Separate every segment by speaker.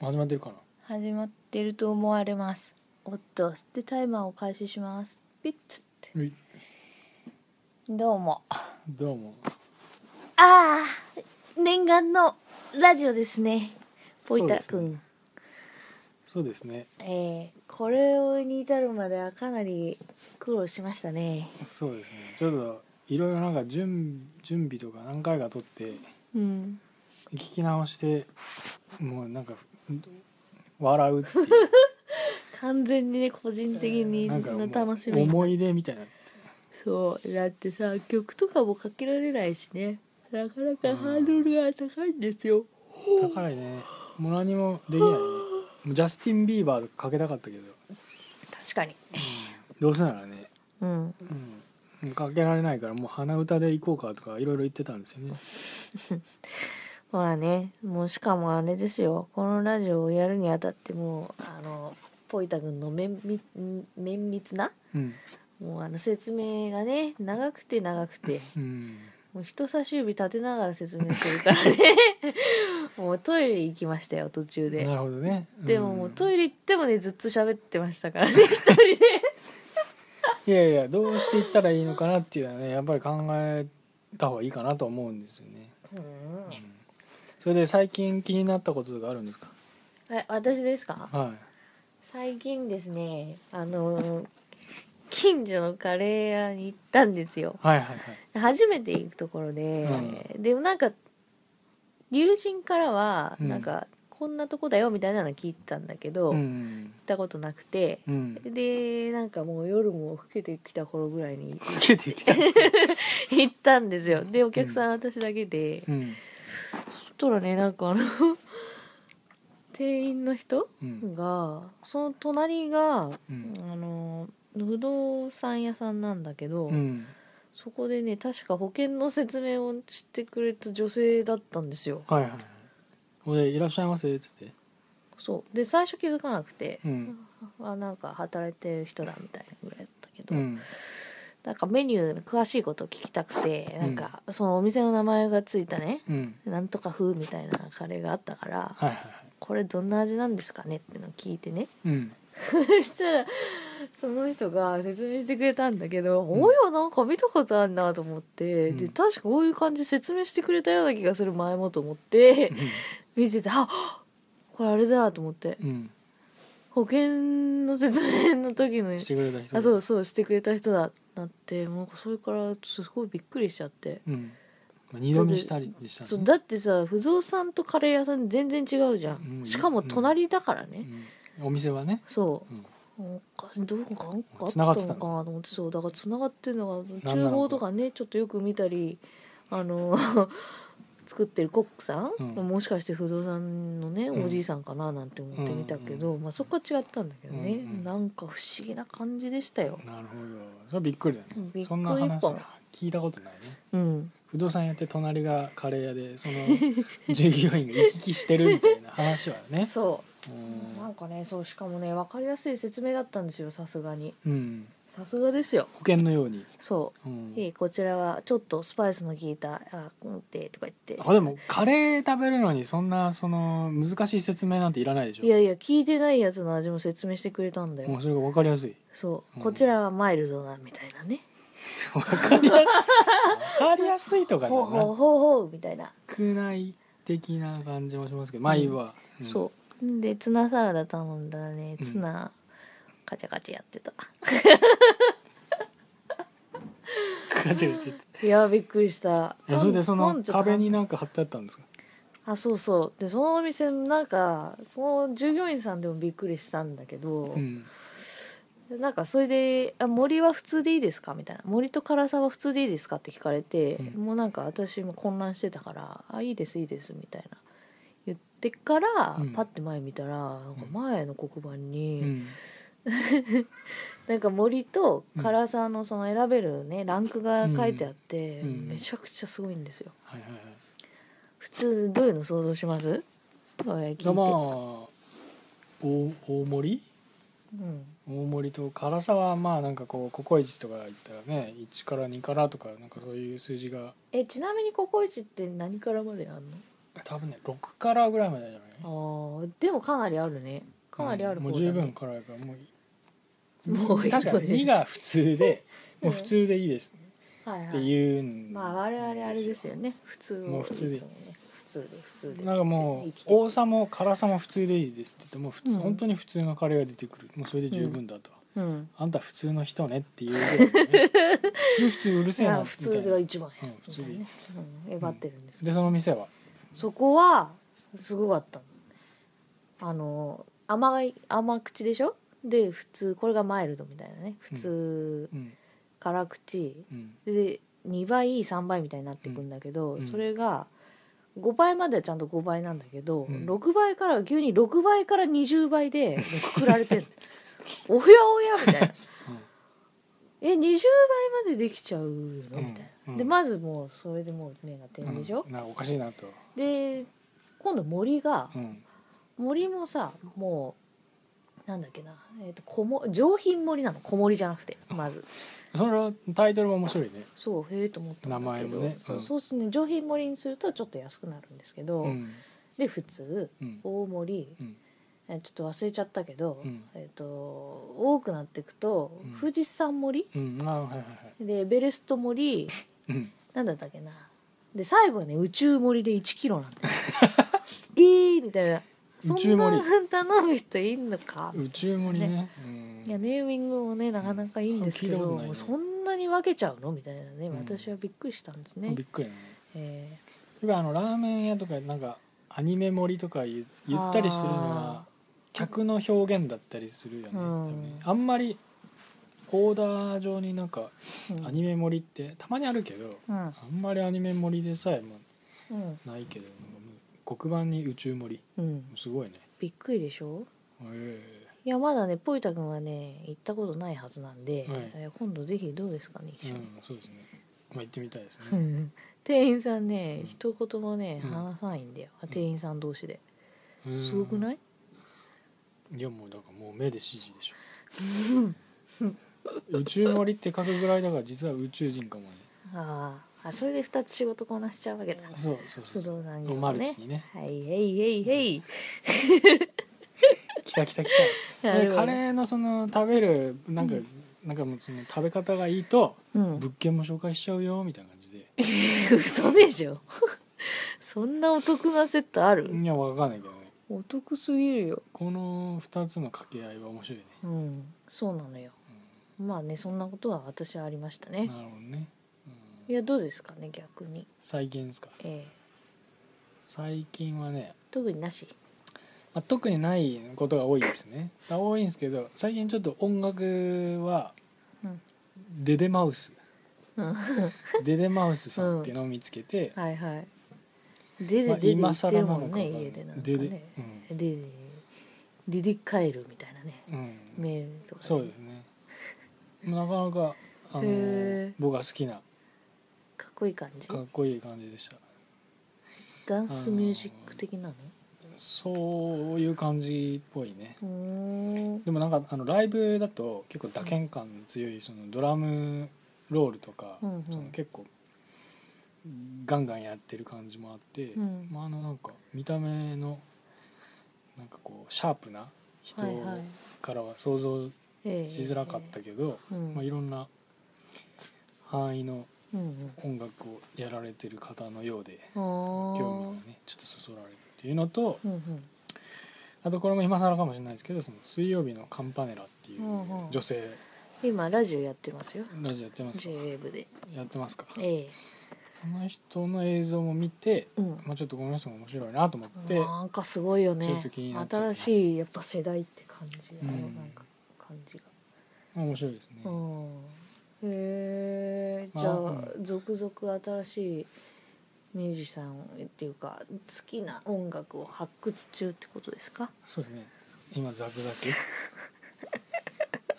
Speaker 1: 始まってるかな
Speaker 2: 始まってると思われますおっとでタイマーを開始しますピッツって
Speaker 1: うい
Speaker 2: どうもあ
Speaker 1: どうも
Speaker 2: あ念願のラジオですねポイタ
Speaker 1: そ
Speaker 2: く
Speaker 1: うです
Speaker 2: ん、
Speaker 1: ねそうですね
Speaker 2: えーこれに至るまではかなり苦労しましたね
Speaker 1: そうですねちょっといろいろなんか準準備とか何回か取って
Speaker 2: うん
Speaker 1: 聞き直してもうなんかん笑うっていう
Speaker 2: 完全にね個人的 に
Speaker 1: なんかもう
Speaker 2: 楽しみ
Speaker 1: 思い出みたいな
Speaker 2: そうだってさ曲とかもかけられないしねなかなかハードルが高いんですよ
Speaker 1: 高いねもう何もできないねもうジャスティン・ビーバーとかかけたかったけど
Speaker 2: 確かに
Speaker 1: どうせならね、
Speaker 2: うん
Speaker 1: うんもうかけられないからもう鼻歌で行こうかとかいろいろ言ってたんですよね
Speaker 2: ほらねもうしかもあれですよこのラジオをやるにあたってもうあのポイタ君の綿密綿密な
Speaker 1: うん
Speaker 2: もうあの説明がね長くて長くて
Speaker 1: うん
Speaker 2: もう人差し指立てながら説明するからね もうトイレ行きましたよ途中で
Speaker 1: なるほどね
Speaker 2: でももう
Speaker 1: うん
Speaker 2: トイレ行ってもねずっと喋ってましたからね 一人で
Speaker 1: いやいやどうしていったらいいのかなっていうのはねやっぱり考えた方がいいかなと思うんですよね、
Speaker 2: うん
Speaker 1: うんそれで最近気になったこととかあるんですか
Speaker 2: え私ですか
Speaker 1: は
Speaker 2: 最近ですねあの近所のカレー屋に行ったんですよ
Speaker 1: い、はいはい
Speaker 2: 初めて行くところで、でもなんか友人からは
Speaker 1: うん
Speaker 2: なんか、こんなとこだよみたいなの聞いてたんだけど、
Speaker 1: はい
Speaker 2: 行っ
Speaker 1: ん
Speaker 2: たことなくて
Speaker 1: うん
Speaker 2: でなんかもう夜も更けてきた頃ぐらいに
Speaker 1: 受けてきた、
Speaker 2: 行ったんですよでお客さん私だけで、
Speaker 1: うん
Speaker 2: そしたらねなんかあの 店員の人
Speaker 1: うん
Speaker 2: がその隣が、
Speaker 1: うん
Speaker 2: あの不動産屋さんなんだけど、
Speaker 1: うん、
Speaker 2: そこでね確か保険の説明をしてくれた女性だったんですよ
Speaker 1: はいはいはいこれいらっしゃいませ」っつって
Speaker 2: そうで最初気づかなくて、
Speaker 1: うん
Speaker 2: あなんか働いてる人だみたいなぐらいだったけ
Speaker 1: う
Speaker 2: ど、
Speaker 1: ん
Speaker 2: なんかメニューの詳しいことを聞きたくて
Speaker 1: ん
Speaker 2: なんかそのお店の名前がついたね
Speaker 1: うん
Speaker 2: なんとか風みたいなカレーがあったから
Speaker 1: はいはいはい
Speaker 2: これどんな味なんですかねってのを聞いてね
Speaker 1: うん
Speaker 2: そしたらその人が説明してくれたんだけど、
Speaker 1: ん
Speaker 2: おやなんか見たことあるなと思って、
Speaker 1: うん
Speaker 2: で確かこういう感じで説明してくれたような気がする前もと思って。見ててあこれあれだと思って
Speaker 1: うん、
Speaker 2: 保険の説明の時の
Speaker 1: うん、してくれた人
Speaker 2: あそうそうしてくれた人だなってもうそれからすごいびっくりしちゃって、
Speaker 1: うんまあ、二度見したりした
Speaker 2: そう
Speaker 1: ね
Speaker 2: だってさ不動産とカレー屋さん全然違うじゃん、
Speaker 1: うん
Speaker 2: しかも隣だからね、
Speaker 1: うん、お店はね
Speaker 2: そう
Speaker 1: うん
Speaker 2: おかどうかなんかあった
Speaker 1: 繋
Speaker 2: の
Speaker 1: がっ
Speaker 2: か
Speaker 1: てた
Speaker 2: な
Speaker 1: の
Speaker 2: と思ってそうだからつながってるのが
Speaker 1: なんな
Speaker 2: 厨
Speaker 1: のか
Speaker 2: 房とかねちょっとよく見たりあの 作ってるコックさん、
Speaker 1: うん
Speaker 2: もしかして不動産のね
Speaker 1: うん
Speaker 2: おじいさんかななんて思ってみたけど、
Speaker 1: うんうんうん
Speaker 2: まあ、そこは違ったんだけどね、
Speaker 1: うんうん
Speaker 2: なんか不思議な感じでしたよ。
Speaker 1: なるほどそれはびっくりだ
Speaker 2: うんびっく
Speaker 1: ね
Speaker 2: り
Speaker 1: そんな話
Speaker 2: ぽん
Speaker 1: 聞いたことないね
Speaker 2: うん、
Speaker 1: 不動産やって隣がカレー屋でその従業員が行き来してるみたいな話は ね
Speaker 2: そううなんんかねそうしかもね分かりやすい説明だったんですよさすがに
Speaker 1: うん
Speaker 2: さすがですよ
Speaker 1: 保険のように、
Speaker 2: そうう、
Speaker 1: ん
Speaker 2: えーこちらはちょっとスパイスの効いたあうんってとか言って
Speaker 1: あでもカレー食べるのにそんなその難しい説明なんていらないでしょ
Speaker 2: いやいや聞いてないやつの味も説明してくれたんだよ、
Speaker 1: もうそれが分かりやすい
Speaker 2: そう、
Speaker 1: うん
Speaker 2: こちらはマイルドなみたいなね
Speaker 1: 分かりやすい分かりやすいとかじ
Speaker 2: ほう
Speaker 1: ゃ
Speaker 2: ほうほう
Speaker 1: な
Speaker 2: ほうみたいな、
Speaker 1: くない的な感じもしますけどまあいいわ、うん
Speaker 2: そうでツナサラダ頼んだらね
Speaker 1: うん
Speaker 2: ツナ、カチャカチャやってた
Speaker 1: ガチャガチャって
Speaker 2: いやびっくりした
Speaker 1: いやそれでそ
Speaker 2: パン
Speaker 1: の
Speaker 2: パンちょっと
Speaker 1: 壁になんか貼ってあったんですか
Speaker 2: あそうそうでそのお店のなんかその従業員さんでもびっくりしたんだけど、
Speaker 1: うん
Speaker 2: なんかそれであ「森は普通でいいですか?」みたいな「森と辛さは普通でいいですか?」って聞かれて、
Speaker 1: うん
Speaker 2: もうなんか私も混乱してたから「あいいですいいです」みたいな言ってから、
Speaker 1: うん
Speaker 2: パッて前見たらなんか前の黒板
Speaker 1: う
Speaker 2: に、
Speaker 1: ん
Speaker 2: なんか森と辛さのその選べるね、ランクが書いてあって、
Speaker 1: うんうん
Speaker 2: めちゃくちゃすごいんですよ。
Speaker 1: はいはいはい
Speaker 2: 普通どういうの想像しますこれ聞いて、
Speaker 1: まあ大大盛り
Speaker 2: うん
Speaker 1: 大盛りと辛さはまあなんかこうココイチとか言ったらね1から2からとかなんかそういう数字が
Speaker 2: えちなみにココイチって何からまであんの
Speaker 1: 多分ね6からぐらいまでじゃない
Speaker 2: あーでもかなりあるねかなりある
Speaker 1: も
Speaker 2: 方だ、
Speaker 1: う十
Speaker 2: ね
Speaker 1: 分辛いからもう
Speaker 2: もういい
Speaker 1: 確かに2が普通で
Speaker 2: うん
Speaker 1: もう普通でいいです
Speaker 2: はい
Speaker 1: っ
Speaker 2: は
Speaker 1: て
Speaker 2: い
Speaker 1: 言うん
Speaker 2: まあ我々あれですよね普通を
Speaker 1: もう普通で
Speaker 2: いつもね普通で普通で
Speaker 1: なんかもう
Speaker 2: 生きてる
Speaker 1: 多さも辛さも普通でいいですって言ってもう普通、
Speaker 2: うん
Speaker 1: 本当に普通のカレーが出てくるもうそれで十分だと、
Speaker 2: うん
Speaker 1: あんた普通の人ねってい うぐらいね普通普通うるせえ
Speaker 2: い
Speaker 1: な
Speaker 2: や
Speaker 1: み
Speaker 2: 普
Speaker 1: たいな
Speaker 2: 通が一番です、
Speaker 1: うん普通でいい
Speaker 2: ね、うん、えばってるんですけど
Speaker 1: でその店は
Speaker 2: そこはすごかったのあの甘い甘口でしょで普通これがマイルドみたいなね普通、
Speaker 1: うん
Speaker 2: 辛口
Speaker 1: うん
Speaker 2: で2倍3倍みたいになってくんだけど、
Speaker 1: うん
Speaker 2: それが5倍まではちゃんと5倍なんだけど、
Speaker 1: うん
Speaker 2: 6倍から急に6倍から20倍でくくられてる おやおやみたい なえ20倍までできちゃうのみたいな、
Speaker 1: うん
Speaker 2: でまずもうそれでもう目が
Speaker 1: う
Speaker 2: 点
Speaker 1: ん
Speaker 2: でしょ、
Speaker 1: うんなんかおかしいなと、
Speaker 2: で今度森が
Speaker 1: うん
Speaker 2: 森もさもうなんだっけな、えー、とこも上品森なの小森じゃなくてまず
Speaker 1: そのタイトルも面白いね
Speaker 2: そうへえと思ったんだけど
Speaker 1: 名前もね
Speaker 2: そう
Speaker 1: うん
Speaker 2: そうっすね上品盛りにするとちょっと安くなるんですけど、
Speaker 1: うん
Speaker 2: で普通
Speaker 1: うん
Speaker 2: 大盛り
Speaker 1: うん
Speaker 2: えちょっと忘れちゃったけど、
Speaker 1: うん
Speaker 2: えっと多くなっていくと、
Speaker 1: うん
Speaker 2: 富士山盛
Speaker 1: うんあはいはいはい
Speaker 2: りでエベレスト盛り
Speaker 1: うん
Speaker 2: なんだったっけなで最後はね宇宙盛りで1キロなんだ よえーみたいなそ
Speaker 1: 宇宙
Speaker 2: ん
Speaker 1: 盛
Speaker 2: な
Speaker 1: り
Speaker 2: 頼む人いんのか
Speaker 1: 宇宙盛りねうん
Speaker 2: いやネーミングもねなかなかいいんですけ
Speaker 1: 聞いたこ
Speaker 2: ど、
Speaker 1: とないね
Speaker 2: そんなに分けちゃうのみたいなね
Speaker 1: うん
Speaker 2: 私はびっくりしたんですね、
Speaker 1: びっくりだね
Speaker 2: えー
Speaker 1: それからあのラーメン屋とかなんかアニメ盛りとか言う言ったりするのは
Speaker 2: あ
Speaker 1: 客の表現だったりするよね,
Speaker 2: う
Speaker 1: 多
Speaker 2: ん
Speaker 1: 分ね、あんまりオーダー上になんか
Speaker 2: うん
Speaker 1: アニメ盛りってたまにあるけど
Speaker 2: うん
Speaker 1: あんまりアニメ盛りでさえも
Speaker 2: うん
Speaker 1: ないけどなんかもう黒板に宇宙盛り
Speaker 2: うん
Speaker 1: すごいね
Speaker 2: びっくりでしょ
Speaker 1: え
Speaker 2: いやまだねポイタ君はね行ったことないはずなんで、
Speaker 1: はい
Speaker 2: えー今度ぜひどうですかね
Speaker 1: え
Speaker 2: 一緒に、
Speaker 1: うんそうですねまあ行ってみたいですね
Speaker 2: 店員さんね
Speaker 1: うん
Speaker 2: 一言もね、
Speaker 1: うん
Speaker 2: 話さないんだよ店員さん同士で、
Speaker 1: うん
Speaker 2: すごくない
Speaker 1: いやもうだからもう目で指示でしょ宇宙盛りって書くぐらいだから実は宇宙人かもね
Speaker 2: あーあそれで二つ仕事こなしちゃうわけだ
Speaker 1: そうそうそ
Speaker 2: 不
Speaker 1: うそう
Speaker 2: 動産業
Speaker 1: マ
Speaker 2: の
Speaker 1: ル
Speaker 2: ね
Speaker 1: チにね
Speaker 2: はいへいへいへい、
Speaker 1: 来た来た来た
Speaker 2: な
Speaker 1: で
Speaker 2: るほど
Speaker 1: カレーのその食べるなんか、
Speaker 2: うん
Speaker 1: なんかもうその食べ方がいいと
Speaker 2: うん
Speaker 1: 物件も紹介しちゃうよみたいな感じで、
Speaker 2: 嘘でしょ そんなお得なセットある、
Speaker 1: いやわかんないけどね
Speaker 2: お得すぎるよ
Speaker 1: この2つの掛け合いは面白いね、
Speaker 2: うんそうなのよまあねそんなことは私はありました
Speaker 1: うん
Speaker 2: ね
Speaker 1: なるほどね、
Speaker 2: い
Speaker 1: うん、
Speaker 2: やどうですかね逆に、
Speaker 1: 最近ですか
Speaker 2: ええ
Speaker 1: 最近はね、
Speaker 2: 特になし
Speaker 1: まあ、特にないことが多いですね多いんですけど最近ちょっと音楽は、
Speaker 2: うん
Speaker 1: デデマウス
Speaker 2: うんは
Speaker 1: デデマウスさんっていうのを見つけて、
Speaker 2: いはいで
Speaker 1: まあ
Speaker 2: ででで言
Speaker 1: 今
Speaker 2: って
Speaker 1: 更
Speaker 2: る
Speaker 1: な
Speaker 2: も
Speaker 1: の
Speaker 2: ん
Speaker 1: かわ
Speaker 2: ね
Speaker 1: かんない
Speaker 2: 家でなんか
Speaker 1: デ
Speaker 2: ね
Speaker 1: デ、うん
Speaker 2: ででででカエルみたいなね
Speaker 1: うん
Speaker 2: メールとかね、
Speaker 1: そうですね。なかなか
Speaker 2: へ
Speaker 1: あの
Speaker 2: え
Speaker 1: 僕が好きな
Speaker 2: かっこいい感じ
Speaker 1: かっこいい感じでした。
Speaker 2: ダンスミュージック的なの
Speaker 1: そういう感じっぽいね。
Speaker 2: うーん
Speaker 1: でもなんかあのライブだと結構打鍵感強いそのドラムロールとか、
Speaker 2: うんうん
Speaker 1: その結構ガンガンやってる感じもあって、
Speaker 2: うん
Speaker 1: まああのなんか見た目のなんかこうシャープな人
Speaker 2: はいはい
Speaker 1: からは想像
Speaker 2: ええ
Speaker 1: しづらかったけど、
Speaker 2: うん
Speaker 1: まあいろんな範囲の
Speaker 2: うんうん
Speaker 1: 音楽をやられてる方のようで
Speaker 2: ああ
Speaker 1: 興味がねちょっとそそられるっていうのと
Speaker 2: うんうん
Speaker 1: あとこれも今更かもしれないですけどその水曜日のカンパネラっていう
Speaker 2: うんうん
Speaker 1: 女性
Speaker 2: 今ラジオやってますよ
Speaker 1: ラジオやってますか
Speaker 2: j w で
Speaker 1: やってますか
Speaker 2: ええ
Speaker 1: その人の映像も見て、
Speaker 2: うん
Speaker 1: まあ、ちょっとこの人も面白いなと思って
Speaker 2: なんかすごいよね
Speaker 1: ちょっと気になっちゃっ
Speaker 2: 新
Speaker 1: た
Speaker 2: しいやっぱ世代って感じだよ、
Speaker 1: うん
Speaker 2: なんか感じが
Speaker 1: 面白いですね、
Speaker 2: うんへえ
Speaker 1: まあ
Speaker 2: じゃあ、
Speaker 1: う
Speaker 2: 続々新しいミュージシャンっていうか好きな音楽を発掘中ってことですか
Speaker 1: そうですね今ザクザク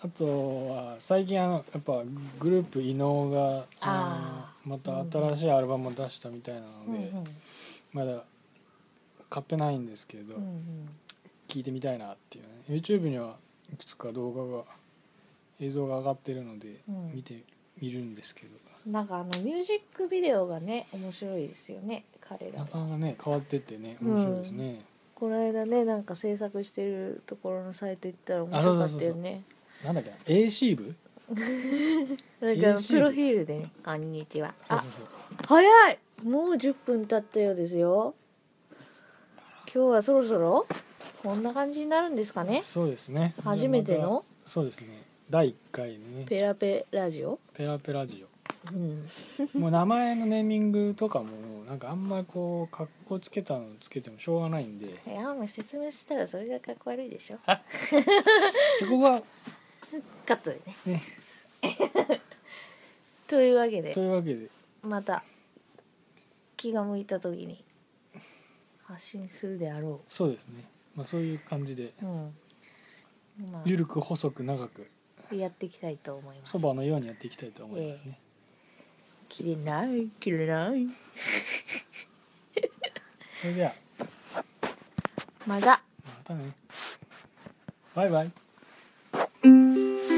Speaker 1: あとは最近あのやっぱグループ伊能があ
Speaker 2: あ
Speaker 1: のまた新しいアルバムを出したみたいな
Speaker 2: うんう
Speaker 1: ので、
Speaker 2: ん
Speaker 1: まだ買ってないんですけれど、
Speaker 2: うんうん
Speaker 1: 聞いてみたいなっていうね YouTube にはいくつか動画が映像が上がってるので
Speaker 2: うん
Speaker 1: 見て見るんですけど
Speaker 2: なんかあのミュージックビデオがね面白いですよね彼ら
Speaker 1: なか
Speaker 2: は
Speaker 1: なかね変わってってね面白いですね、
Speaker 2: この間ねなんか制作してるところのサイト行ったら面白かったよね
Speaker 1: なんだっけな AC 部そう
Speaker 2: なんか
Speaker 1: AC
Speaker 2: プロフィールでね「こんにちは」
Speaker 1: そう
Speaker 2: あ
Speaker 1: そうそう
Speaker 2: 早いもう10分経ったようですよ今日はそろそろこんな感じになるんですかね
Speaker 1: そうですね
Speaker 2: 初めての
Speaker 1: そうですね第1回のね
Speaker 2: ペラペラジオ、
Speaker 1: ペラペラジ
Speaker 2: うん、
Speaker 1: オもう名前のネーミングとかもなんかあんまりこう格好つけたのつけてもしょうがな いんで
Speaker 2: いやもう説明したらそれがかっこ悪いでしょ
Speaker 1: でここは
Speaker 2: カットでね
Speaker 1: ね
Speaker 2: というわけで
Speaker 1: というわけで
Speaker 2: また気が向いた時に発信するであろ
Speaker 1: そうですね、まあ、そういう感じで
Speaker 2: う、うんま
Speaker 1: ゆるく細く長く
Speaker 2: あ、やっていきたいと思います
Speaker 1: そばのようにやっていきたいと思いますね、
Speaker 2: 切れない切れない
Speaker 1: それでは
Speaker 2: まだ
Speaker 1: またねバイバイ
Speaker 2: 「